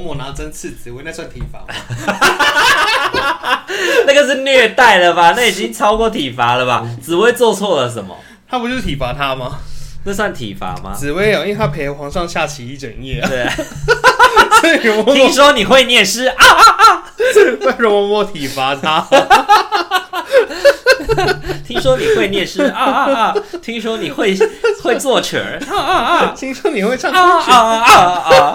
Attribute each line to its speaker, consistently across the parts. Speaker 1: 某拿针刺植物，那算体罚吗？
Speaker 2: 那个是虐待了吧？那已经超过体罚了吧？紫薇做错了什么？
Speaker 1: 他不就是体罚他吗？
Speaker 2: 那算体罚吗？
Speaker 1: 紫薇哦，因为他陪皇上下棋一整夜啊，
Speaker 2: 对，
Speaker 1: 所以嬷
Speaker 2: 听
Speaker 1: 嬷
Speaker 2: 说你会念诗啊？
Speaker 1: 被容嬷嬷体罚他。
Speaker 2: 听说你会念诗啊啊啊！听说你会会作曲儿啊啊啊！
Speaker 1: 听说你会唱
Speaker 2: 啊啊啊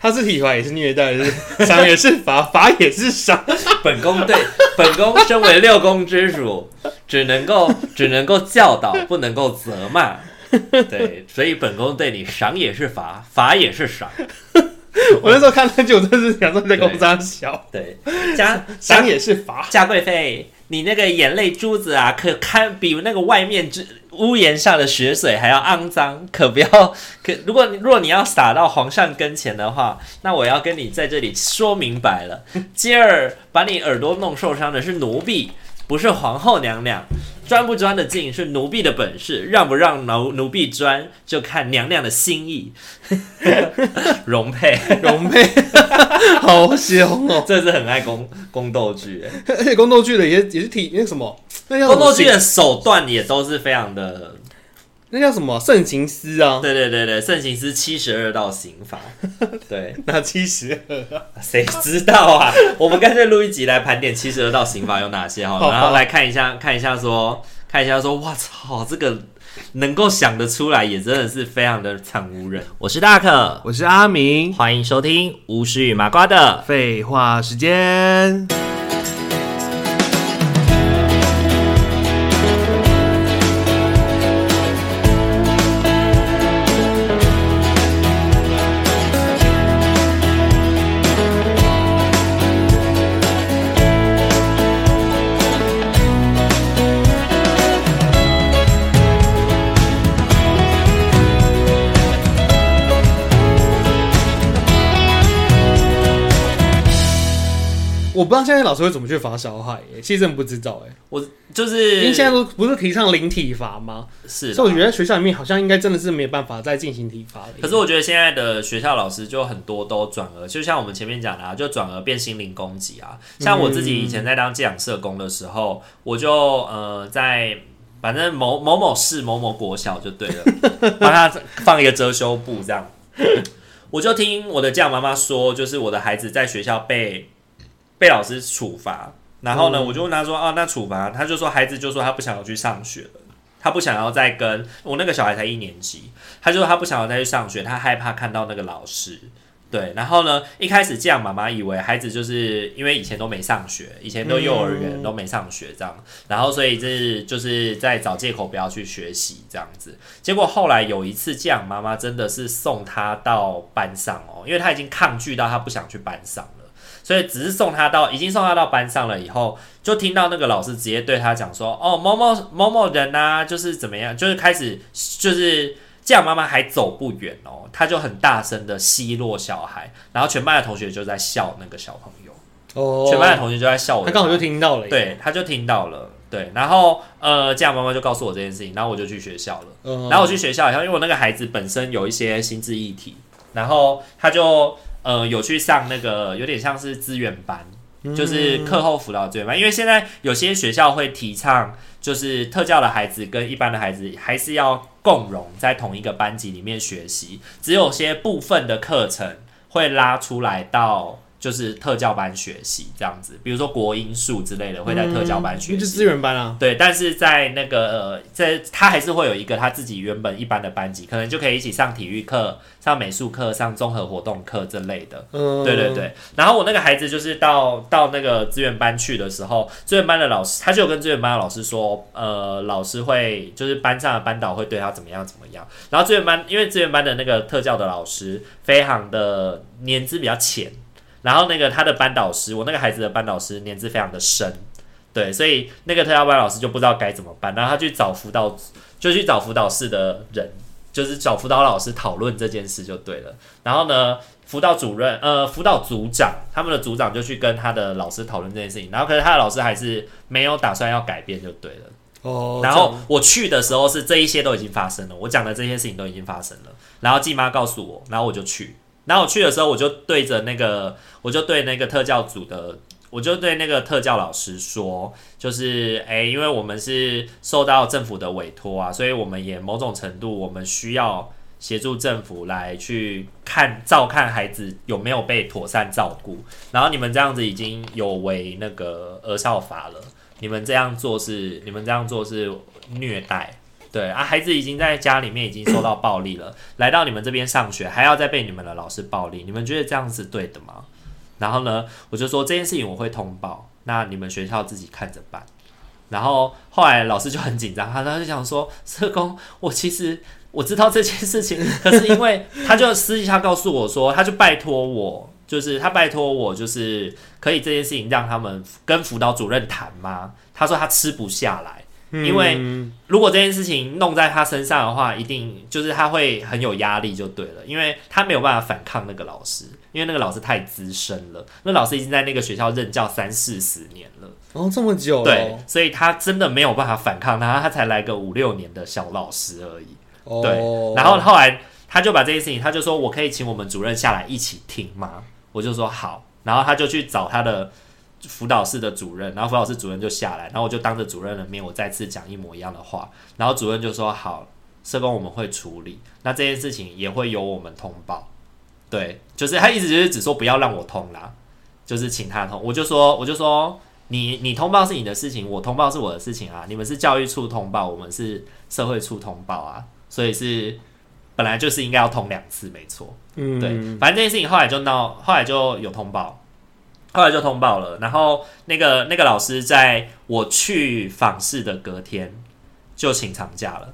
Speaker 1: 他是体罚也是虐待，是赏也是罚， 罚也是赏。
Speaker 2: 本宫对本宫身为六宫之主，只能够只能够教导，不能够责骂。对，所以本宫对你赏也是罚，罚也是赏。
Speaker 1: 我那时候看那句，我真是想说你在公杀小，
Speaker 2: 对，嘉
Speaker 1: 赏也是罚。
Speaker 2: 嘉贵妃，你那个眼泪珠子啊，可堪比那个外面之屋檐上的血水还要肮脏，可不要可。如果你如果你要洒到皇上跟前的话，那我要跟你在这里说明白了。接二把你耳朵弄受伤的是奴婢，不是皇后娘娘。钻不钻得进是奴婢的本事，让不让奴奴婢钻就看娘娘的心意。 容配，
Speaker 1: 容妹， 好凶哦！
Speaker 2: 这是很爱宫宫斗剧、欸。
Speaker 1: 而且宫斗剧的也也是体那个什么，那叫什
Speaker 2: 宫
Speaker 1: 么
Speaker 2: 斗剧的手段也都是非常的，
Speaker 1: 那叫什么慎刑司啊？
Speaker 2: 对对对对，慎刑是七十二道刑 法，对，
Speaker 1: 拿七十二，
Speaker 2: 谁知道啊？我们干脆录一集来盘点七十二道刑法有哪些好
Speaker 1: 好
Speaker 2: 了，然后来看一下，看一下说，看一下说，哇操，这个能够想得出来，也真的是非常的惨无人。我是大可，
Speaker 1: 我是阿明。
Speaker 2: 欢迎收听巫师与麻瓜的，
Speaker 1: 废话时间，我不知道现在老师会怎么去罚小孩、耶其实真不知道哎、
Speaker 2: 我就是
Speaker 1: 因为现在都不是提倡零体罚吗？
Speaker 2: 是啦，啊
Speaker 1: 所以我觉得学校里面好像应该真的是没有办法再进行体罚了。
Speaker 2: 可是我觉得现在的学校老师就很多都转而，就像我们前面讲的、啊，就转而变心灵攻击啊。像我自己以前在当寄养社工的时候，我就呃在反正某某某市某某国小就对了，帮他放一个遮羞布这样。我就听我的家长妈妈说，就是我的孩子在学校被被老师处罚，然后呢，我就问他说啊，那处罚？他就说孩子就说他不想要去上学了，他不想要再跟我那个小孩才一年级，他就说他不想要再去上学，他害怕看到那个老师。对，然后呢，一开始这样，妈妈以为孩子就是因为以前都没上学，以前都幼儿园都没上学这样，然后所以这就是在找借口不要去学习这样子。结果后来有一次，这样妈妈真的是送他到班上哦，因为他已经抗拒到他不想去班上了。所以只是送他到，已经送他到班上了以后，就听到那个老师直接对他讲说：“哦，某某某某人啊，就是怎么样，就是开始就是这样。”妈妈还走不远哦，他就很大声的奚落小孩，然后全班的同学就在笑那个小朋友，
Speaker 1: 哦，
Speaker 2: 全班的同学就在笑我
Speaker 1: 他
Speaker 2: 的
Speaker 1: 刚好就听到了、耶，
Speaker 2: 对，他就听到了，对，然后呃，这样妈妈就告诉我这件事情，然后我就去学校了。
Speaker 1: 嗯
Speaker 2: 然后我去学校以后，因为我那个孩子本身有一些心智议题，然后他就呃有去上那个有点像是资源班，
Speaker 1: 嗯
Speaker 2: 就是课后辅导资源班。因为现在有些学校会提倡，就是特教的孩子跟一般的孩子还是要共融在同一个班级里面学习，只有些部分的课程会拉出来到。就是特教班学习这样子，比如说国英数之类的会在特教班
Speaker 1: 嗯
Speaker 2: 学习
Speaker 1: 就，资源班啊，
Speaker 2: 对，但是在那个呃，在他还是会有一个他自己原本一般的班级，可能就可以一起上体育课、上美术课、上综合活动课这类的。
Speaker 1: 嗯，
Speaker 2: 对对，对，然后我那个孩子就是到到那个资源班去的时候，资源班的老师他就有跟资源班的老师说，呃，老师会就是班上的班导会对他怎么样怎么样。然后资源班因为资源班的那个特教的老师非常的年资比较浅，然后那个他的班导师，我那个孩子的班导师年资非常的深，对，所以那个特教班老师就不知道该怎么办，然后他去找辅导，就去找辅导室的人，就是找辅导老师讨论这件事就对了。然后呢，辅导主任呃，辅导组长他们的组长就去跟他的老师讨论这件事情，然后可是他的老师还是没有打算要改变就对了。
Speaker 1: 哦，
Speaker 2: 然
Speaker 1: 这
Speaker 2: 后
Speaker 1: 样
Speaker 2: 我去的时候是这一些都已经发生了，我讲的这些事情都已经发生了。然后季妈告诉我，然后我就去。然后我去的时候，我就对着那个，我就对那个特教组的，我就对那个特教老师说，就是诶，因为我们是受到政府的委托啊，所以我们也某种程度我们需要协助政府来去看照看孩子有没有被妥善照顾。然后你们这样子已经有违那个儿少法了。你们这样做是你们这样做是虐待，对啊，孩子已经在家里面已经受到暴力了，来到你们这边上学，还要再被你们的老师暴力，你们觉得这样是对的吗？然后呢，我就说这件事情我会通报，那你们学校自己看着办。然后后来老师就很紧张，他他就想说，社工，我其实我知道这件事情，可是因为他就私底下告诉我说，他就拜托我，就是他拜托我，就是可以这件事情让他们跟辅导主任谈吗？他说他吃不下来，因为
Speaker 1: 嗯
Speaker 2: 如果这件事情弄在他身上的话，一定就是他会很有压力，就对了，因为他没有办法反抗那个老师，因为那个老师太资深了，那老师已经在那个学校任教三四十年了。
Speaker 1: 哦这么久，
Speaker 2: 对，，所以他真的没有办法反抗他，他才来个五六年的小老师而已。
Speaker 1: 哦、
Speaker 2: 对，然后后来他就把这件事情，他就说我可以请我们主任下来一起听吗？我就说好，然后他就去找他的辅导室的主任，然后辅导室主任就下来，然后我就当着主任的面，我再次讲一模一样的话，然后主任就说好，社工我们会处理，那这件事情也会由我们通报。对，就是他一直就是只说不要让我通啦，就是请他通，我就说我就说你你通报是你的事情，我通报是我的事情啊，你们是教育处通报，我们是社会处通报啊，所以是本来就是应该要通两次，没错。
Speaker 1: 嗯
Speaker 2: 对，反正这件事情后来就闹，后来就有通报，后来就通报了。然后那个那个老师在我去访视的隔天就请长假了，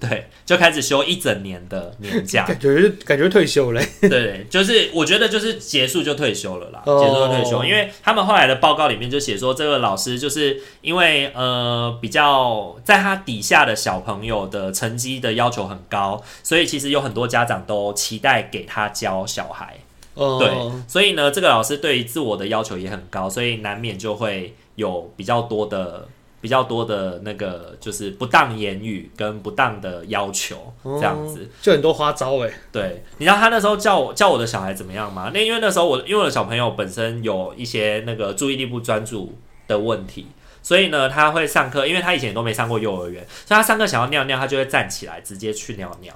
Speaker 2: 对，就开始休一整年的年假。
Speaker 1: 感觉是感觉退休嘞，
Speaker 2: 对对，就是我觉得就是结束就退休了啦，
Speaker 1: 哦
Speaker 2: 结束就退休，因为他们后来的报告里面就写说，这个老师就是因为呃比较在他底下的小朋友的成绩的要求很高，所以其实有很多家长都期待给他教小孩，
Speaker 1: 哦，
Speaker 2: 对，所以呢，这个老师对于自我的要求也很高，所以难免就会有比较多的、比较多的那个就是不当言语跟不当的要求这样子。
Speaker 1: 哦就很多花招哎，
Speaker 2: 对，你知道他那时候叫我叫我的小孩怎么样吗？那因为那时候我因为我的小朋友本身有一些那个注意力不专注的问题，所以呢他会上课，因为他以前都没上过幼儿园，所以他上课想要尿尿，他就会站起来直接去尿尿。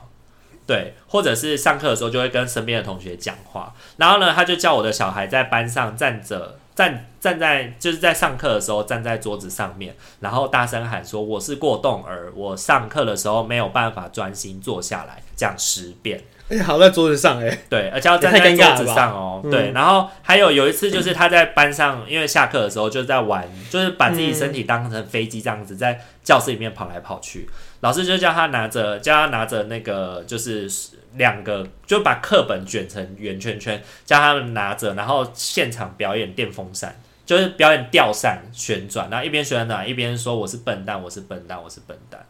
Speaker 2: 对，或者是上课的时候就会跟身边的同学讲话，然后呢，他就叫我的小孩在班上站着，站站在就是在上课的时候站在桌子上面，然后大声喊说：“我是过动儿，我上课的时候没有办法专心坐下来。”讲十遍。
Speaker 1: 而且好在桌子上哎，
Speaker 2: 对，而且要站
Speaker 1: 也太
Speaker 2: 在
Speaker 1: 尴尬
Speaker 2: 桌
Speaker 1: 了
Speaker 2: 子
Speaker 1: 吧
Speaker 2: 上哦。
Speaker 1: 嗯
Speaker 2: 对，然后还有有一次就是他在班上，因为下课的时候就在玩，就是把自己身体当成飞机这样子，在教室里面跑来跑去。老师就叫他拿着，叫他拿着那个就是两个，就把课本卷成圆圈圈，叫他们拿着，然后现场表演电风扇。就是表演吊扇旋转，然后一边旋转一边说我是笨蛋，我是笨蛋，我是笨蛋。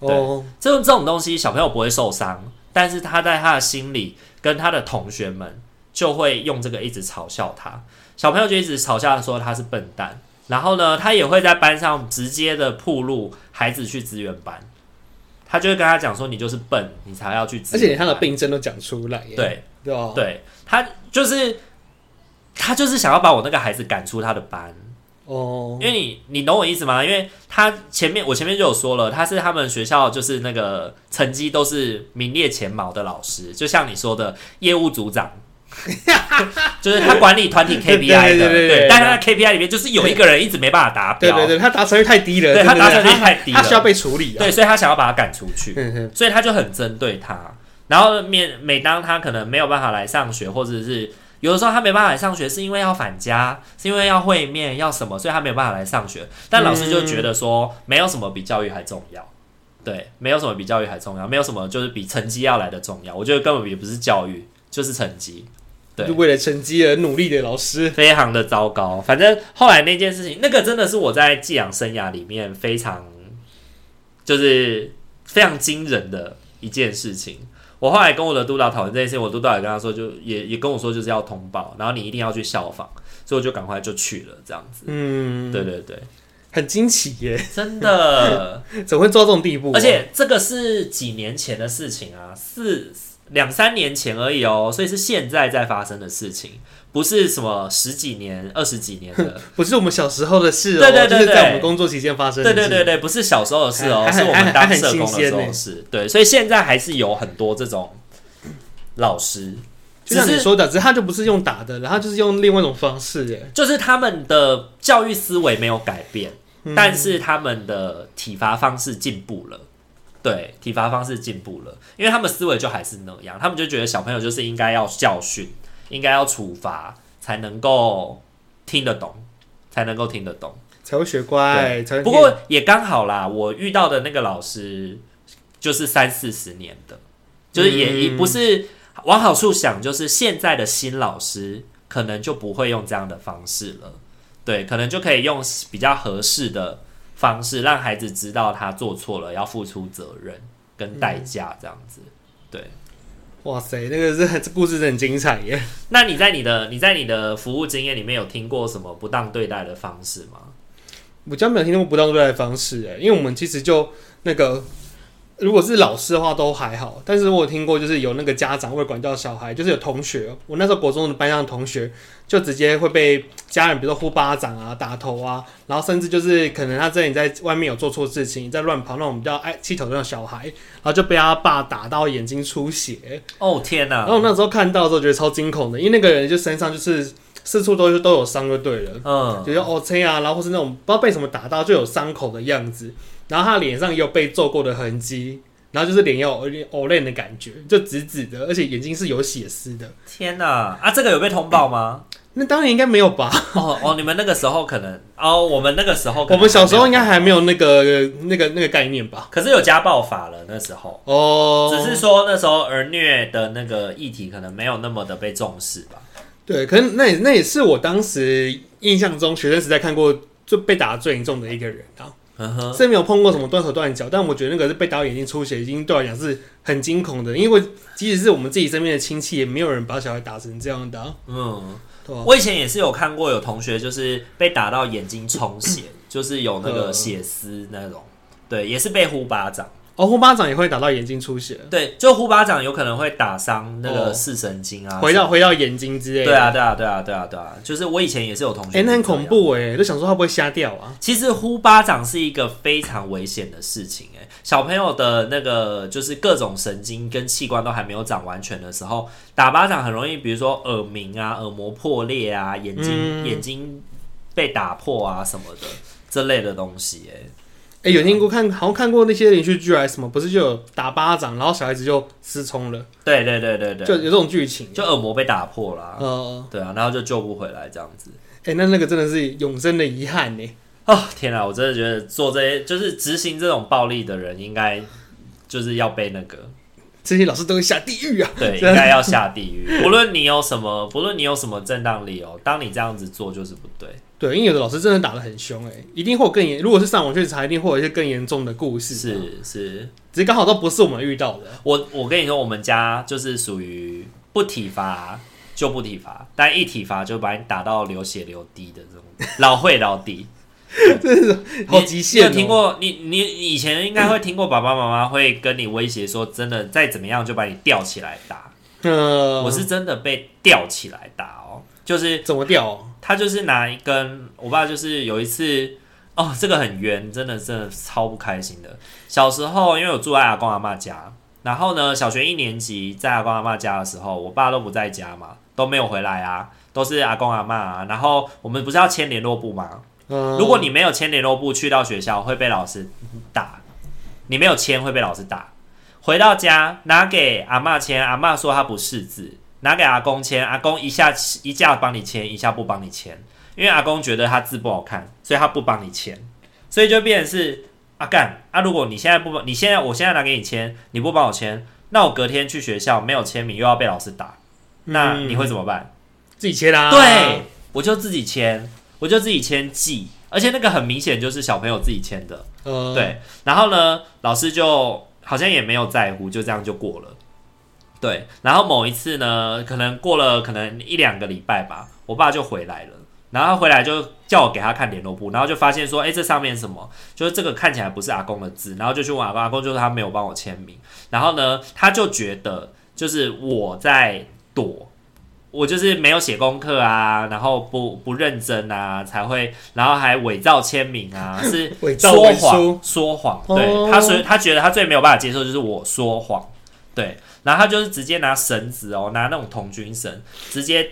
Speaker 2: 对
Speaker 1: 哦，
Speaker 2: 这种这种东西，小朋友不会受伤，但是他在他的心里跟他的同学们就会用这个一直嘲笑他。小朋友就一直嘲笑他说他是笨蛋，然后呢，他也会在班上直接的铺路孩子去资源班，他就会跟他讲说你就是笨，你才要去
Speaker 1: 而
Speaker 2: 资源班。
Speaker 1: 且连他的哦病症都讲出来耶，
Speaker 2: 对，
Speaker 1: 对吧？
Speaker 2: 对他就是他就是想要把我那个孩子赶出他的班，
Speaker 1: 哦
Speaker 2: 因为你你懂我意思吗？因为他前面我前面就有说了，他是他们学校就是那个成绩都是名列前茅的老师，就像你说的业务组长， 就是他管理团体 KPI
Speaker 1: 对对
Speaker 2: 的，
Speaker 1: 对对对
Speaker 2: 但是他的 KPI 里面就是有一个人一直没办法达
Speaker 1: 对
Speaker 2: 标，
Speaker 1: 对对，他达成率太低了，
Speaker 2: 对
Speaker 1: 真的
Speaker 2: 他达成率太低了
Speaker 1: 他需要被处理啊，
Speaker 2: 对所以他想要把他赶出去。
Speaker 1: 嗯哼，
Speaker 2: 所以他就很针对他。然后面每当他可能没有办法来上学，或者是有的时候他没办法来上学，是因为要返家，是因为要会面，要什么，所以他没有办法来上学。但老师就觉得说，没有什么比教育还重要，对，没有什么比教育还重要，没有什么就是比成绩要来的重要。我觉得根本也不是教育，就是成绩。对
Speaker 1: 就为了成绩而努力的老师。
Speaker 2: 非常的糟糕。反正后来那件事情，那个真的是我在寄养生涯里面非常，就是非常惊人的一件事情。我后来跟我的督导讨论这件事情，我督导也跟他说就，也也跟我说，就是要通报，然后你一定要去效仿，所以我就赶快就去了，这样子。
Speaker 1: 嗯，
Speaker 2: 对对对，
Speaker 1: 很惊奇耶，
Speaker 2: 真的，
Speaker 1: 怎么会做到这种地步啊、
Speaker 2: 而且这个是几年前的事情啊，四两三年前而已哦，所以是现在在发生的事情，不是什么十几年、二十几年的，
Speaker 1: 不是我们小时候的事哦，
Speaker 2: 对对对
Speaker 1: 就是在我
Speaker 2: 对
Speaker 1: 们工作期间发生的
Speaker 2: 对
Speaker 1: 事。
Speaker 2: 对对对，不是小时候的事哦，
Speaker 1: 还
Speaker 2: 是我们
Speaker 1: 还
Speaker 2: 当
Speaker 1: 很
Speaker 2: 社
Speaker 1: 新
Speaker 2: 工的
Speaker 1: 鲜
Speaker 2: 时候
Speaker 1: 呢
Speaker 2: 的事。对，所以现在还是有很多这种老师，
Speaker 1: 就像
Speaker 2: 只
Speaker 1: 你
Speaker 2: 是
Speaker 1: 说的，只是他就不是用打的，然后就是用另外一种方式耶。
Speaker 2: 就是他们的教育思维没有改变，
Speaker 1: 嗯
Speaker 2: 但是他们的体罚方式进步了。对，体罚方式进步了，因为他们思维就还是那样，他们就觉得小朋友就是应该要教训，应该要处罚，才能够听得懂，才能够听得懂。
Speaker 1: 才会学乖，才会
Speaker 2: 不过也刚好啦，我遇到的那个老师就是三四十年的，就是也、
Speaker 1: 嗯
Speaker 2: 也不是往好处想，就是现在的新老师可能就不会用这样的方式了，对，可能就可以用比较合适的方式让孩子知道他做错了，要付出责任跟代价这样子。
Speaker 1: 哇塞，那个是这故事真的很精彩耶。
Speaker 2: 那你在你的你在你的服务经验里面有听过什么不当对待的方式吗？
Speaker 1: 我家没有听过不当对待的方式耶，因为我们其实就那个，如果是老师的话都还好，但是我有听过就是有那个家长会管教小孩，就是有同学，我那时候国中的班上的同学就直接会被家人比如说呼巴掌啊、打头啊，然后甚至就是可能他之前在外面有做错事情，在乱跑那种比较爱气头的那种小孩，然后就被他爸打到眼睛出血，
Speaker 2: 哦天哪、
Speaker 1: 然后我那时候看到的时候觉得超惊恐的，因为那个人就身上就是四处都都有伤就对了。
Speaker 2: 嗯，
Speaker 1: 就是 OK 啊，然后或是那种不知道被什么打到就有伤口的样子，然后他脸上也有被揍过的痕迹，然后就是脸也有有点 o l 的感觉，就紫紫的，而且眼睛是有血丝的。
Speaker 2: 天哪、啊，这个有被通报吗？
Speaker 1: 那当然应该没有吧？
Speaker 2: 哦哦，你们那个时候可能哦，我们那个 时候可
Speaker 1: 我
Speaker 2: 能
Speaker 1: 们小时候应该
Speaker 2: 没
Speaker 1: 还没有那个那个那个概念吧
Speaker 2: 有，？可是有家暴法了那时候，
Speaker 1: 哦，
Speaker 2: 只是说那时候儿虐的那个议题可能没有那么的被重视吧。
Speaker 1: 对，可是那也那也是我当时印象中学生时代看过最被打得最严重的一个人啊。
Speaker 2: 嗯哼，
Speaker 1: 虽然没有碰过什么断手断脚，但我觉得那个是被打到眼睛出血，已经对我来讲是很惊恐的。因为即使是我们自己身边的亲戚，也没有人把小孩打成这样的啊、
Speaker 2: 嗯，
Speaker 1: 对啊吧、
Speaker 2: 我以前也是有看过有同学就是被打到眼睛 充血，就是有那个
Speaker 1: 嗯
Speaker 2: 血丝那种，对，也是被呼巴掌。
Speaker 1: 哦，呼巴掌也会打到眼睛出血，
Speaker 2: 对，就呼巴掌有可能会打伤那
Speaker 1: 哦
Speaker 2: 个视神经啊，
Speaker 1: 回到回到眼睛之类的。
Speaker 2: 对啊，，对啊，对啊，对啊，对啊，就是我以前也是有同学，
Speaker 1: 哎、那很恐。怖哎、就想说会不会瞎掉啊？
Speaker 2: 其实呼巴掌是一个非常危险的事情、哎，小朋友的那个就是各种神经跟器官都还没有长完全的时候，打巴掌很容易，比如说耳鸣啊、耳膜破裂啊、眼睛、
Speaker 1: 嗯
Speaker 2: 眼睛被打破啊什么的这类的东西、哎，
Speaker 1: 哎、有听过看，好像看过那些连续剧还是什么，不是就有打巴掌，然后小孩子就失聪了，
Speaker 2: 对对对对对，
Speaker 1: 就
Speaker 2: 就
Speaker 1: 有这种剧情。
Speaker 2: 耳膜被打破啦，
Speaker 1: 呃，
Speaker 2: 对啊，然后就救不回来这样子。
Speaker 1: 哎、那那个真的是永生的遗憾欸呢、
Speaker 2: 哦，天啊，我真的觉得做这些就是执行这种暴力的人，应该就是要被那个。
Speaker 1: 这些老师都会下地狱啊！
Speaker 2: 对，应该要下地狱。不论你有什么，不论你有什么正当理由，当你这样子做就是不对。
Speaker 1: 对，因为有的老师真的打得很凶，哎，一定会有更严。如果是上网去查，一定会有一些更严重的故事。，啊
Speaker 2: 是是，
Speaker 1: 只是刚好都不是我们遇到的。
Speaker 2: 我我跟你说，我们家就是属于不体罚就不体罚，但一体罚就把你打到流血流滴的这种，老会老滴。
Speaker 1: 好
Speaker 2: 你
Speaker 1: 极限、
Speaker 2: 你有听
Speaker 1: 哦。
Speaker 2: 过？你你以前应该会听过爸爸妈妈会跟你威胁说，真的再怎么样就把你吊起来打。
Speaker 1: 呃，
Speaker 2: 我是真的被吊起来打哦，就是
Speaker 1: 怎么掉哦、
Speaker 2: 他就是拿一根，我爸就是有一次，哦，这个很冤，真的真的超不开心的。小时候因为我住在阿公阿嬷家，然后呢，小学一年级在阿公阿嬷家的时候，我爸都不在家嘛，都没有回来啊，都是阿公阿嬷啊。然后我们不是要签联络簿吗？
Speaker 1: 嗯，
Speaker 2: 如果你没有签联络簿去到学校，会被老师打；你没有签会被老师打。回到家拿给阿嬷签，阿嬷说她不识字；拿给阿公签，阿公一下一下帮你签，一下不帮你签，因为阿公觉得他字不好看，所以他不帮你签，所以就变成是阿干啊。如果你现在不帮，你现在我现在拿给你签，你不帮我签，那我隔天去学校没有签名又要被老师打。那你会怎么办？
Speaker 1: 自己切啦。
Speaker 2: 对，我就自己签，我就自己签记，而且那个很明显就是小朋友自己签的。
Speaker 1: 呃，
Speaker 2: 对，然后呢，老师就好像也没有在乎，就这样就过了。对，然后某一次呢，可能过了可能一两个礼拜吧，我爸就回来了，然后他回来就叫我给他看联络簿，然后就发现说，哎，这上面什么？就是这个看起来不是阿公的字，然后就去问阿公，阿公就是他没有帮我签名，然后呢，他就觉得就是我在躲。我就是没有写功课啊，然后不不认真啊，才会， 然后还伪造签名啊，是
Speaker 1: 伪造
Speaker 2: 说
Speaker 1: 文书
Speaker 2: 谎，说谎，
Speaker 1: 哦
Speaker 2: 对他所以他觉得他最没有办法接受就是我说谎，对，然后他就是直接拿绳子哦，拿那种童军绳，直接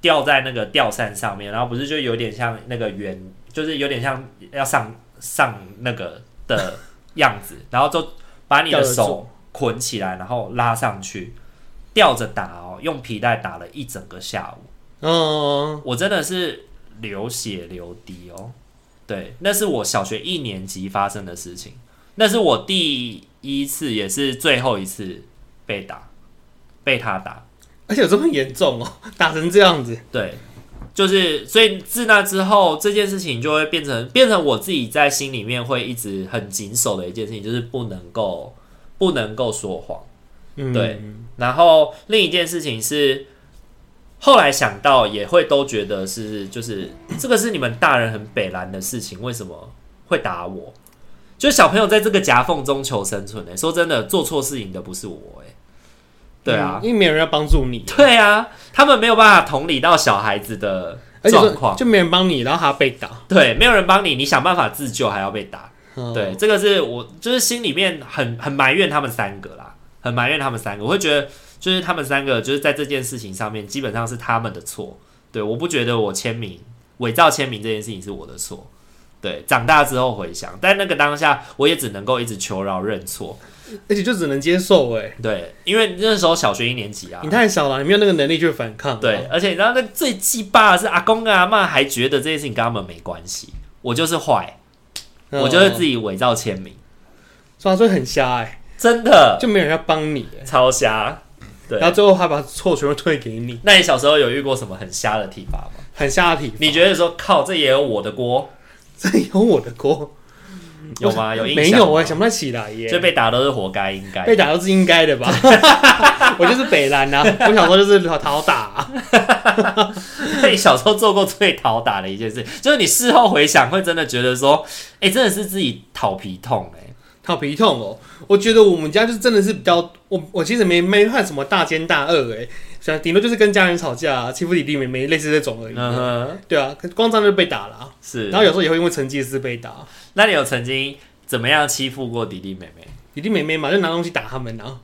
Speaker 2: 吊在那个吊扇上面，然后不是就有点像那个圆，就是有点像要上上那个的样子，然后就把你的
Speaker 1: 吊得住
Speaker 2: 手捆起来，然后拉上去，吊着打哦，用皮带打了一整个下午。
Speaker 1: 嗯，
Speaker 2: 我真的是流血流滴哦。对，那是我小学一年级发生的事情，那是我第一次也是最后一次被打，被他打。
Speaker 1: 而且有这么严重哦，打成这样子，
Speaker 2: 对，就是所以自那之后，这件事情就会变成变成我自己在心里面会一直很谨守的一件事情，就是不能够不能够说谎。
Speaker 1: 嗯，
Speaker 2: 对，然后另一件事情是，后来想到也会都觉得是，就是这个是你们大人很北蓝的事情，为什么会打我？就小朋友在这个夹缝中求生存呢、欸说真的，做错事情的不是我哎、对啊
Speaker 1: 嗯，因为没有人要帮助你，
Speaker 2: 对啊，他们没有办法同理到小孩子的
Speaker 1: 而且
Speaker 2: 状
Speaker 1: 说
Speaker 2: 况，
Speaker 1: 就没人帮你，然后还要被打，
Speaker 2: 对，没有人帮你，你想办法自救还要被打，
Speaker 1: 嗯，
Speaker 2: 对，这个是我就是心里面很很埋怨他们三个啦，很埋怨他们三个，我会觉得就是他们三个就是在这件事情上面基本上是他们的错，对，我不觉得我签名伪造签名这件事情是我的错，对，长大之后回想，但那个当下我也只能够一直求饶认错，
Speaker 1: 而且就只能接受哎，
Speaker 2: 对，因为那时候小学一年级啊
Speaker 1: 你，太小了，你没有那个能力去反抗，啊
Speaker 2: 对，，而且你知道那最鸡巴的是阿公跟阿嬷还觉得这件事情跟他们没关系，我就是坏，
Speaker 1: 嗯
Speaker 2: 我就是自
Speaker 1: 己，
Speaker 2: 己伪造签名，
Speaker 1: 呃所以他说很瞎哎，
Speaker 2: 真的
Speaker 1: 就没有人要帮你哎，
Speaker 2: 超瞎，对
Speaker 1: 然。后最后还把错全部推给你，
Speaker 2: 那你小时候有遇过什么很瞎的体罚吗？
Speaker 1: 很瞎的体罚，
Speaker 2: 你觉得说靠，这也有我的锅，
Speaker 1: 这有我的锅
Speaker 2: 有吗？有印象吗
Speaker 1: 没有哎，想不太起来耶，
Speaker 2: 就被打都是活该，应该
Speaker 1: 被打都是应该的吧？我就是北兰啊，我小时候就是讨打、啊，
Speaker 2: 那你小时候做过最讨打的一件事，就是你事后回想会真的觉得说，哎、真的是自己讨皮痛哎、
Speaker 1: 讨皮痛哦。我觉得我们家就真的是比较，我我其实没没犯什么大奸大恶哎、想顶多就是跟家人吵架、啊，欺负弟弟妹妹，类似这种而已。
Speaker 2: 嗯哼，
Speaker 1: 对啊，光这样就被打了啊、
Speaker 2: 是。
Speaker 1: 然后有时候也会因为成绩是被打，啊
Speaker 2: 那你有曾经怎么样欺负过弟弟妹妹？
Speaker 1: 弟弟妹妹嘛就拿东西打他们啊，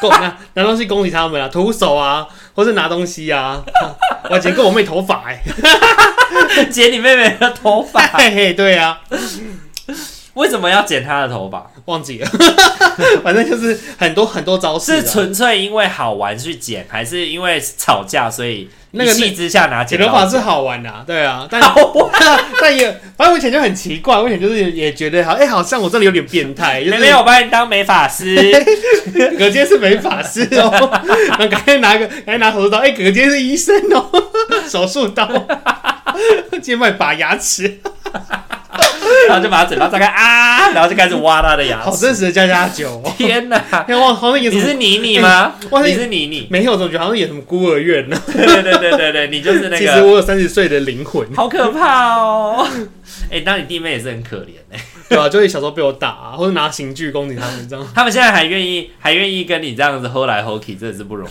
Speaker 1: 够拿拿东西攻击他们啊，徒手啊，或是拿东西啊。我以前跟我妹头发哎、
Speaker 2: 剪你妹妹的头 发，
Speaker 1: 嘿嘿，对啊。
Speaker 2: 为什么要剪她的头发？
Speaker 1: 忘记了，反正就是很多很多招式、啊，
Speaker 2: 是纯粹因为好玩去剪，还是因为吵架所以
Speaker 1: 那个
Speaker 2: 一气之下拿
Speaker 1: 剪
Speaker 2: 剪
Speaker 1: 头
Speaker 2: 刀
Speaker 1: 发是好玩的、啊，对啊，但
Speaker 2: 好玩
Speaker 1: 但也反正我以前就很奇怪，我以前就是也觉得好，哎、好像我真的有点变态，就是
Speaker 2: 妹妹，我把你当美发师。
Speaker 1: 葛今是美法师哦，然后赶快拿个赶快拿手术刀，哎、葛今是医生哦，手术刀，今天拔牙齿，
Speaker 2: 然后就把他嘴巴张开啊，然后就开始挖他的牙
Speaker 1: 好
Speaker 2: 齿。
Speaker 1: 真实的加加酒、哦，
Speaker 2: 天哪！
Speaker 1: 哎，我好像演
Speaker 2: 你
Speaker 1: 什
Speaker 2: 是
Speaker 1: 么，
Speaker 2: 妮妮吗？
Speaker 1: 哇
Speaker 2: 你是妮妮？
Speaker 1: 没有，总觉得好像演什么孤儿院呢、
Speaker 2: 对对对对对对，你就是那
Speaker 1: 其实
Speaker 2: 个，
Speaker 1: 我有三十岁的灵魂，
Speaker 2: 好可怕哦！ 哎，那你弟妹也是很可怜哎，
Speaker 1: 对吧、啊？就会小时候被我打、啊，或者拿刑具攻击他们这样。
Speaker 2: 他们现在还愿意还愿意跟你这样子 hold 来 hold 去，真的是不容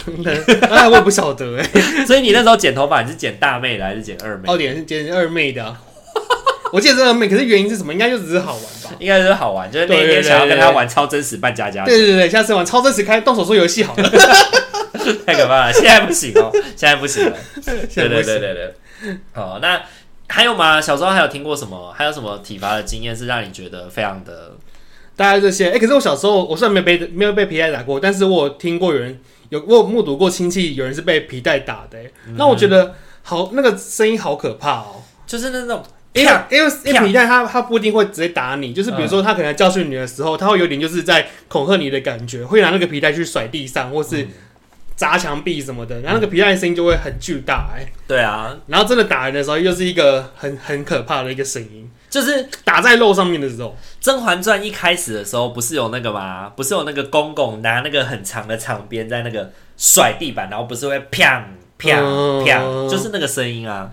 Speaker 1: 哎，我也不晓得哎、
Speaker 2: 易。所以你那时候剪头发，你是剪大妹的还是剪二妹
Speaker 1: 哦，？脸是剪二妹的啊、 我记得是二妹，可是原因是什么？应该就只是好玩吧。
Speaker 2: 应该是好玩，就是那一
Speaker 1: 对对
Speaker 2: 天
Speaker 1: 对
Speaker 2: 想要跟他
Speaker 1: 对对
Speaker 2: 玩超真实扮家家酒，
Speaker 1: 对对对，下次玩超真实开动手做游戏好了。
Speaker 2: 太可怕了。现在不行哦，现在不行了。对
Speaker 1: 现在不
Speaker 2: 对
Speaker 1: 会
Speaker 2: 对
Speaker 1: 死
Speaker 2: 对对。好，那还有吗？小时候还有听过什么？还有什么体罚的经验是让你觉得非常的
Speaker 1: 大概这些。哎、可是我小时候，我虽然没有被没有被皮带打过，但是我有听过有人有我有目睹过亲戚有人是被皮带打的、欸。
Speaker 2: 嗯
Speaker 1: 那、我觉得好，那个声音好可怕哦、
Speaker 2: 就是那种
Speaker 1: 因为因为因
Speaker 2: 啪
Speaker 1: 为皮带它它不一定会直接打你，就是比
Speaker 2: 嗯
Speaker 1: 如说他可能教
Speaker 2: 嗯
Speaker 1: 训你的时候，他会有点就是在恐吓你的感觉，会拿那个皮带去甩地上，或是砸墙壁什么的，然后那个皮带的声音就会很巨大、哎，
Speaker 2: 对啊，
Speaker 1: 然后真的打人的时候又是一个很很可怕的一个声音，
Speaker 2: 就是《
Speaker 1: 打在肉上面的时候，
Speaker 2: 甄嬛传》一开始的时候，不是有那个吗？不是有那个公公拿那个很长的长鞭在那个甩地板，然后不是会砰
Speaker 1: 嗯
Speaker 2: 砰砰，就是那个声音啊，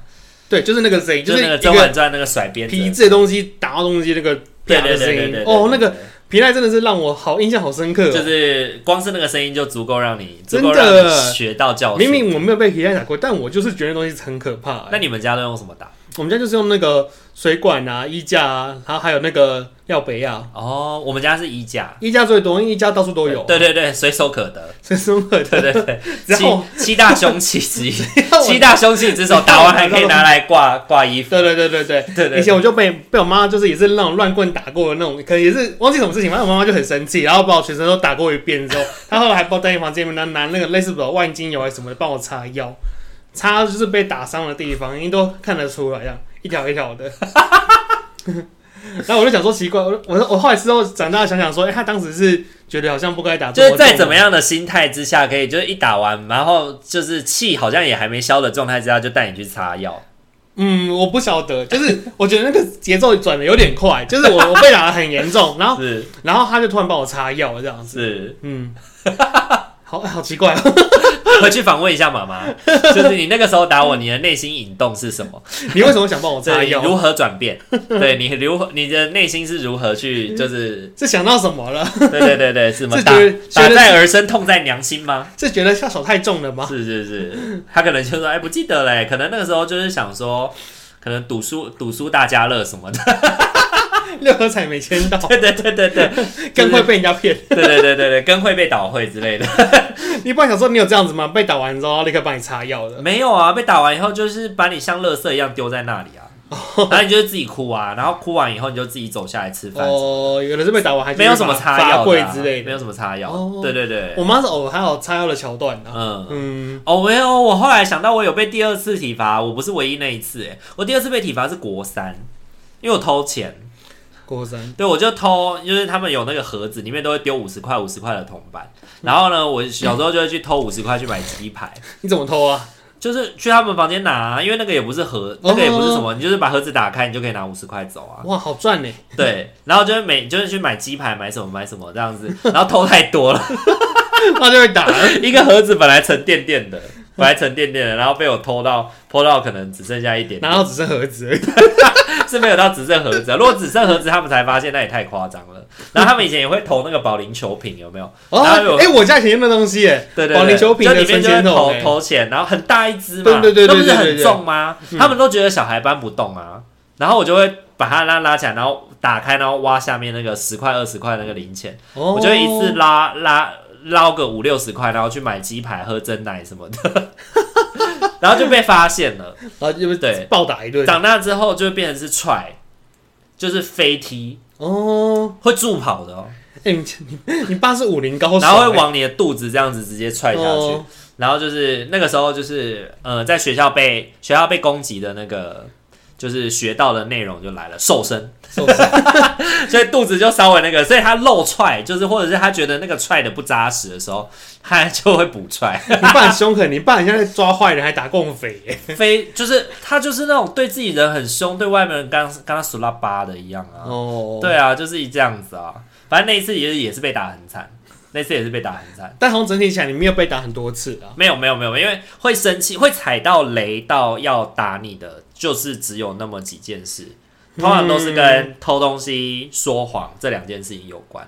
Speaker 1: 对，就是那个声音，
Speaker 2: 就
Speaker 1: 就是是
Speaker 2: 那
Speaker 1: 一
Speaker 2: 个《甄
Speaker 1: 个
Speaker 2: 嬛传》那个甩鞭子
Speaker 1: 皮质的东西打到东西那个
Speaker 2: 对
Speaker 1: 啪
Speaker 2: 对
Speaker 1: 的
Speaker 2: 对
Speaker 1: 声
Speaker 2: 对
Speaker 1: 音
Speaker 2: 对，，
Speaker 1: 哦，那
Speaker 2: 对
Speaker 1: 个皮带真的是让我好印象好深刻、
Speaker 2: 就
Speaker 1: 哦。
Speaker 2: 是光是那个声音就足够让你足
Speaker 1: 真
Speaker 2: 够
Speaker 1: 的
Speaker 2: 让你学到教训。
Speaker 1: 明明我没有被皮带打过，但我就是觉得那东西很可怕、哎
Speaker 2: 那你们家都用什么打？
Speaker 1: 我们家就是用那个水管啊、衣架啊，然后还有那个料杯啊，
Speaker 2: 哦，我们家是衣架，
Speaker 1: 衣架最多，因为衣架到处都有，啊
Speaker 2: 对对对，随手可 得，
Speaker 1: 所以是用
Speaker 2: 对对对，
Speaker 1: 然后
Speaker 2: 七七大凶器之 一，七
Speaker 1: 对
Speaker 2: 大凶 器之首，打完还可以拿来挂挂衣服，
Speaker 1: 对对对对。
Speaker 2: 对对
Speaker 1: 以前我就被被我妈就是也是那种乱棍打过的那种，可能也是忘记什么事情，反正我妈妈就很生气，然后把我全身都打过一遍之后，她后来还帮我带进房间里面拿拿那个类似的万金油还是什么的帮我擦药，擦就是被打伤的地方，因为都看得出来，啊这样一条一条的。然后我就想说奇怪，我我我后来之后长大想想说，哎、她当时是觉得好像不该打，
Speaker 2: 就是在怎么，样的心态之下，可以就是一打完，然后就是气好像也还没消的状态之下，就带你去擦药。
Speaker 1: 嗯，我不晓得，就是我觉得那个节奏转的有点快，就是我我被打的很严重，然后
Speaker 2: 是
Speaker 1: 然后她就突然帮我擦药这样子。
Speaker 2: 是，
Speaker 1: 嗯， 好好奇怪哦！
Speaker 2: 回去访问一下妈妈，就是你那个时候打我，你的内心引动是什么？
Speaker 1: 你为什么想帮我
Speaker 2: 这
Speaker 1: 擦
Speaker 2: 你
Speaker 1: 药？
Speaker 2: 如何转 变？对你如何，你的内心是如何去，就是
Speaker 1: 是想到什么了？
Speaker 2: 对对对对，是什么
Speaker 1: 是
Speaker 2: 打
Speaker 1: 觉得
Speaker 2: 打
Speaker 1: 觉得
Speaker 2: 在儿身，痛在娘心吗？
Speaker 1: 是觉得下手太重了吗？
Speaker 2: 是是是，他可能就说，哎，不记得嘞，可能那个时候就是想说，可能赌输赌输大家乐什么的，
Speaker 1: 六合彩没签到，
Speaker 2: 对对对对对
Speaker 1: 更会被人家骗。
Speaker 2: 对对对对对，跟会被倒会 之类的。
Speaker 1: 你不然想说你有这样子吗？被打完之后立刻帮你擦药 的，
Speaker 2: 没有啊，被打完以后就是把你像垃圾一样丢在那里 啊，然后你就是自己哭啊，然后哭完以后你就自己走下来吃饭，
Speaker 1: 哦，有的是被打完还
Speaker 2: 没有什么擦药的啊
Speaker 1: 罚跪之类
Speaker 2: 没
Speaker 1: 的。
Speaker 2: 有什么擦药
Speaker 1: 哦，
Speaker 2: 对对对，
Speaker 1: 我妈是偶尔还有擦药的桥段呢。
Speaker 2: 嗯。
Speaker 1: 嗯，
Speaker 2: 哦，没有，我后来想到，我有被第二次体罚，我不是唯一那一次，哎，我第二次被体罚是国三，因为我偷钱，
Speaker 1: 郭三，
Speaker 2: 对，我就偷，就是他们有那个盒子，里面都会丢五十块、五十块的铜板。然后呢，我小时候就会去偷五十块去买鸡排，
Speaker 1: 你怎么偷啊？
Speaker 2: 就是去他们房间拿啊、因为那个也不是盒，那个也不是什么，你就是把盒子打开，你就可以拿五十块走啊。
Speaker 1: 哇，好赚欸呢！
Speaker 2: 对，然后就是每就是去买鸡排，买什么买什么这样子，然后偷太多了，
Speaker 1: 那就会打了。
Speaker 2: 一个盒子本来沉甸甸的，本来沉甸甸的，然后被我偷到偷到可能只剩下一点点
Speaker 1: 然，后只剩盒 子而已，
Speaker 2: 是没有到只剩盒子、啊。如果只剩盒子，他们才发现那也太夸张了。然后他们以前也会投那个保龄球瓶，有没有？然后有
Speaker 1: 哦，哎，我家以前用的东西耶，
Speaker 2: 对对对，
Speaker 1: 保龄球瓶
Speaker 2: 就
Speaker 1: 的
Speaker 2: 里面就会
Speaker 1: 存钱筒
Speaker 2: 投
Speaker 1: 欸
Speaker 2: 投钱，然后很大一只嘛，
Speaker 1: 对对对对
Speaker 2: 那不是
Speaker 1: 对对嗯
Speaker 2: 很
Speaker 1: 对
Speaker 2: 重吗？他们都觉得小孩搬不动啊，然后我就会把它拉拉起来，然后打开，然后挖下面那个十块二十块那个零钱，
Speaker 1: 我
Speaker 2: 我就会一
Speaker 1: 哦
Speaker 2: 次拉拉捞个五六十块，然后去买鸡排、喝蒸奶什么的， 然后就被发现了。
Speaker 1: 然后就被
Speaker 2: 对
Speaker 1: 暴打一顿。
Speaker 2: 长大之后就变成是踹，就是飞踢，
Speaker 1: 哦，
Speaker 2: 会助跑的、哦，
Speaker 1: 哎、你你你爸是武林高手、
Speaker 2: 然后
Speaker 1: 欸
Speaker 2: 会往你的肚子这样子直接踹下去。
Speaker 1: 哦
Speaker 2: 然后就是那个时候，就是呃，在学校被学校被攻击的那个，就是学到的内容就来了，瘦身，
Speaker 1: 受伤
Speaker 2: 所以肚子就稍微那个，所以他漏踹，就是或者是他觉得那个踹的不扎实的时候，他就会补踹，
Speaker 1: 你爸很凶狠，你爸很像在抓坏人，还打共匪、欸。
Speaker 2: 非就是他就是那种对自己人很凶，对外面人刚刚苏拉巴的一样啊，
Speaker 1: 哦，
Speaker 2: 对啊，就是这样子啊，反正那一次也是也是被打很惨，那次也是被打很惨。
Speaker 1: 但好像整体起来，你没有被打很多次啊。
Speaker 2: 没有没有没有，因为会生气，会踩到雷到要打你的，就是只有那么几件事，通常都是跟偷东西、说谎这两件事情有关。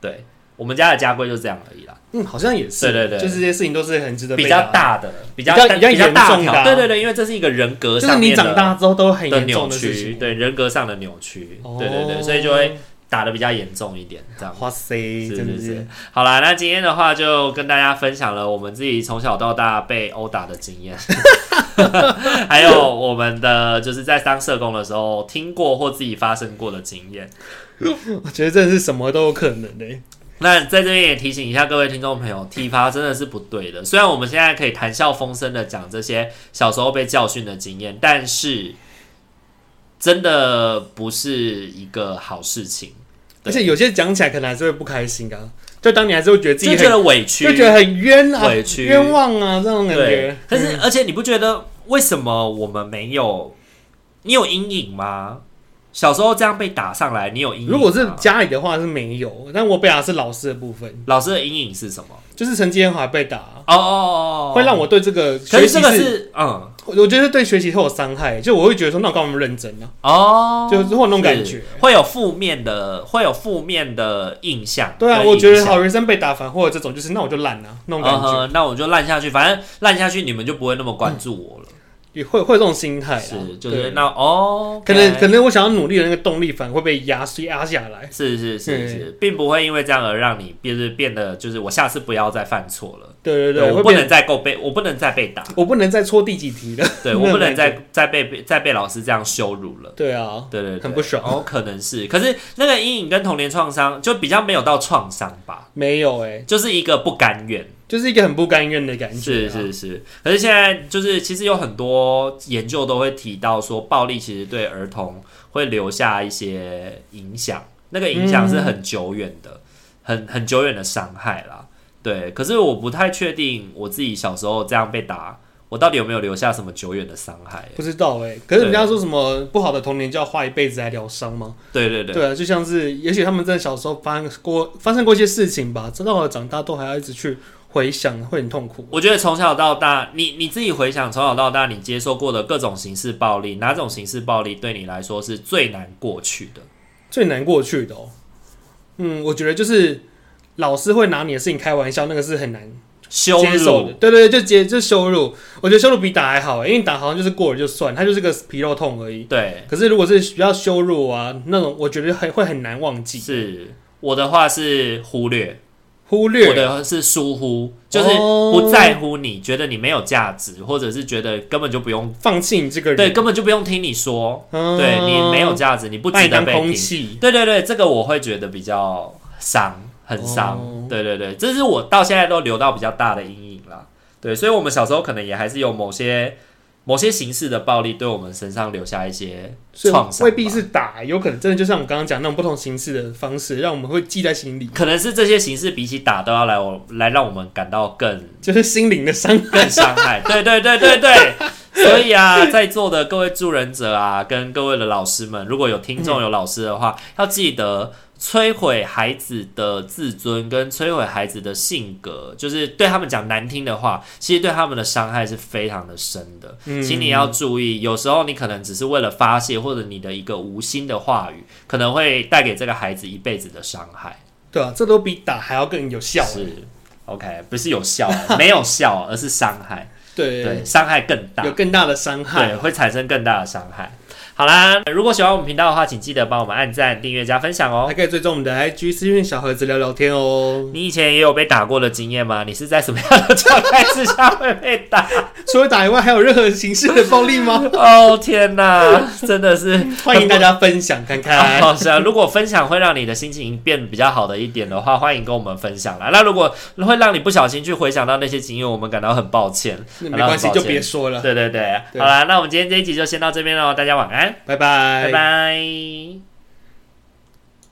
Speaker 2: 对，我们家的家规就这样而已啦，
Speaker 1: 嗯，好像也是。
Speaker 2: 对对对
Speaker 1: 就是这些事情都是很值得被
Speaker 2: 比
Speaker 1: 打
Speaker 2: 较，大的，比较
Speaker 1: 比较
Speaker 2: 大
Speaker 1: 比较
Speaker 2: 比较
Speaker 1: 严
Speaker 2: 大
Speaker 1: 重的
Speaker 2: 条，
Speaker 1: 啊
Speaker 2: 对对对，因为这是一个人格
Speaker 1: 就是
Speaker 2: 上
Speaker 1: 你
Speaker 2: 面
Speaker 1: 长
Speaker 2: 的
Speaker 1: 大之后都很
Speaker 2: 的
Speaker 1: 严
Speaker 2: 扭
Speaker 1: 重的事情
Speaker 2: 曲，。对人格上的扭曲，
Speaker 1: 哦
Speaker 2: 对对对，所以就会打的比较严重一点，这样。
Speaker 1: 哇塞，
Speaker 2: 是
Speaker 1: 真的
Speaker 2: 是是，好啦，那今天的话就跟大家分享了我们自己从小到大被殴打的经 验，还有我们的就是在当社工的时候听过或自己发生过的经验。
Speaker 1: 我觉得真的是什么都有可能的、欸。
Speaker 2: 那在这边也提醒一下各位听众朋友，体罚真的是不对的。虽然我们现在可以谈笑风生的讲这些小时候被教训的经验，但是真的不是一个好事情。对
Speaker 1: 而且有些讲起来可能还是会不开心啊。就当你还是会觉得自己
Speaker 2: 就
Speaker 1: 很
Speaker 2: 觉得委屈，
Speaker 1: 就觉得很冤啊，
Speaker 2: 委屈
Speaker 1: 冤枉啊这种感
Speaker 2: 对
Speaker 1: 觉。。嗯
Speaker 2: 可是而且你不觉得为什么我们没有？你有阴影吗？小时候这样被打上来，你有阴影
Speaker 1: 嗯
Speaker 2: 吗？
Speaker 1: 如果是家里的话是没有，但我被打是老师的部分，
Speaker 2: 老师的阴影是什么？
Speaker 1: 就是成绩很好还被打，
Speaker 2: 哦哦哦哦，
Speaker 1: 会让我对这个
Speaker 2: 可
Speaker 1: 学
Speaker 2: 是这
Speaker 1: 习
Speaker 2: 个是嗯
Speaker 1: 我我觉得对学习会有伤害，就我会觉得说，那我干嘛那么认真啊呢、
Speaker 2: 哦，
Speaker 1: 就是会有那种感觉
Speaker 2: 是会有负面的，会有负面的印象
Speaker 1: 对
Speaker 2: 跟影
Speaker 1: 啊，
Speaker 2: 响。
Speaker 1: 我觉得好学生被打反或者这种，就是那我就烂啊，那种感
Speaker 2: 嗯
Speaker 1: 觉，
Speaker 2: 哼，那我就烂下去，反正烂下去你们就不会那么关注我了。
Speaker 1: 也会会有这种心态啊。
Speaker 2: 是，就是
Speaker 1: 对
Speaker 2: 那哦，
Speaker 1: 可能
Speaker 2: OK
Speaker 1: 可能我想要努力的那个动力反而会被压压下来。
Speaker 2: 是是是是，并不会因为这样而让你变是变得就是我下次不要再犯错了。
Speaker 1: 对对对，
Speaker 2: 我
Speaker 1: 会
Speaker 2: 不
Speaker 1: 变
Speaker 2: 能再够被，我不能再被打，
Speaker 1: 我不能再错第几题了。
Speaker 2: 对我不能
Speaker 1: 那种感
Speaker 2: 再再被被再被老师这样羞辱了
Speaker 1: 觉。。对啊，
Speaker 2: 对对对，
Speaker 1: 很不爽
Speaker 2: 哦，可能是，可是那个阴影跟童年创伤就比较没有到创伤吧，
Speaker 1: 没有哎、
Speaker 2: 就是一个不甘愿。
Speaker 1: 就是一个很不甘愿的感觉、啊
Speaker 2: 是，是是，可是现在就是其实有很多研究都会提到说，暴力其实对儿童会留下一些影响，那个影响是很久远的，
Speaker 1: 嗯
Speaker 2: 很很久远的伤害啦。对，可是我不太确定我自己小时候这样被打，我到底有没有留下什么久远的伤害？
Speaker 1: 不知道哎、可是人家说什么不好的童年就要花一辈子来疗伤吗？
Speaker 2: 对对对，
Speaker 1: 对啊，就像是也许他们在小时候发生过发生过一些事情吧，直到长大都还要一直去回想，会很痛苦。
Speaker 2: 我觉得从小到大，你你自己回想从小到大你接受过的各种形式暴力，哪种形式暴力对你来说是最难过去的？
Speaker 1: 最难过去的哦，嗯，我觉得就是老师会拿你的事情开玩笑，那个是很难
Speaker 2: 羞
Speaker 1: 接受
Speaker 2: 辱
Speaker 1: 的。对对对，就接就羞辱，我觉得羞辱比打还好欸，因为打好像就是过了就算，它就是个皮肉痛而已。
Speaker 2: 对，
Speaker 1: 可是如果是比较羞辱啊那种，我觉得很会很难忘记，
Speaker 2: 是我的话是忽略，
Speaker 1: 忽略哦
Speaker 2: 我的是疏忽，就是不在乎你，觉得你没有价值，或者是觉得根本就不用，
Speaker 1: 放弃你这个人，
Speaker 2: 对，根本就不用听你说，
Speaker 1: 嗯
Speaker 2: 对你没有价值，你不
Speaker 1: 把
Speaker 2: 值
Speaker 1: 你
Speaker 2: 得
Speaker 1: 当
Speaker 2: 被
Speaker 1: 空
Speaker 2: 听。
Speaker 1: 气，
Speaker 2: 对对对，这个我会觉得比较伤，很伤。
Speaker 1: 哦
Speaker 2: 对对对，这是我到现在都留到比较大的阴影啦。对，所以我们小时候可能也还是有某些某些形式的暴力对我们身上留下一些
Speaker 1: 所
Speaker 2: 创
Speaker 1: 以
Speaker 2: 伤，
Speaker 1: 未必。是打，有可能真的就像我刚刚讲那种不同形式的方式，让我们会记在心里，
Speaker 2: 可能是这些形式比起打都要来我来让我们感到更
Speaker 1: 就是心灵的伤。
Speaker 2: 更伤害。 对对对对对。所以啊，在座的各位助人者啊，跟各位的老师们，如果有听众有老师的话，要记得摧毁孩子的自尊跟摧毁孩子的性格，就是对他们讲难听的话，其实对他们的伤害是非常的深的。
Speaker 1: 嗯
Speaker 2: 请你要注意，有时候你可能只是为了发泄，或者你的一个无心的话语，可能会带给这个孩子一辈子的伤害。
Speaker 1: 对啊，这都比打还要更有效。啊
Speaker 2: 是 OK，不是有效，没有效，而是伤害，
Speaker 1: 对
Speaker 2: 对，，伤害更大
Speaker 1: 有。更大的伤害
Speaker 2: 对，。会产生更大的伤害。好啦，如果喜欢我们频道的话，请记得帮我们按赞、订阅、加分享哦
Speaker 1: 还。可以追踪我们的 IG 私讯小盒子聊聊天哦。
Speaker 2: 你以前也有被打过的经验吗？你是在什么样的状态之下会被 打？
Speaker 1: 除了打以外，还有任何形式的暴力 吗？
Speaker 2: 哦天哪，真的是
Speaker 1: 欢迎大家分享看看。
Speaker 2: 好是啊，如果分享会让你的心情变比较好的一点的话，欢迎跟我们分享啦。那如果会让你不小心去回想到那些经验，我们感到很抱歉。
Speaker 1: 那没关系，
Speaker 2: 好了
Speaker 1: 就别说了。
Speaker 2: 对对对，
Speaker 1: 对
Speaker 2: 好啦，那我们今天这一集就先到这边喽，大家晚安，
Speaker 1: 拜拜
Speaker 2: 拜。拜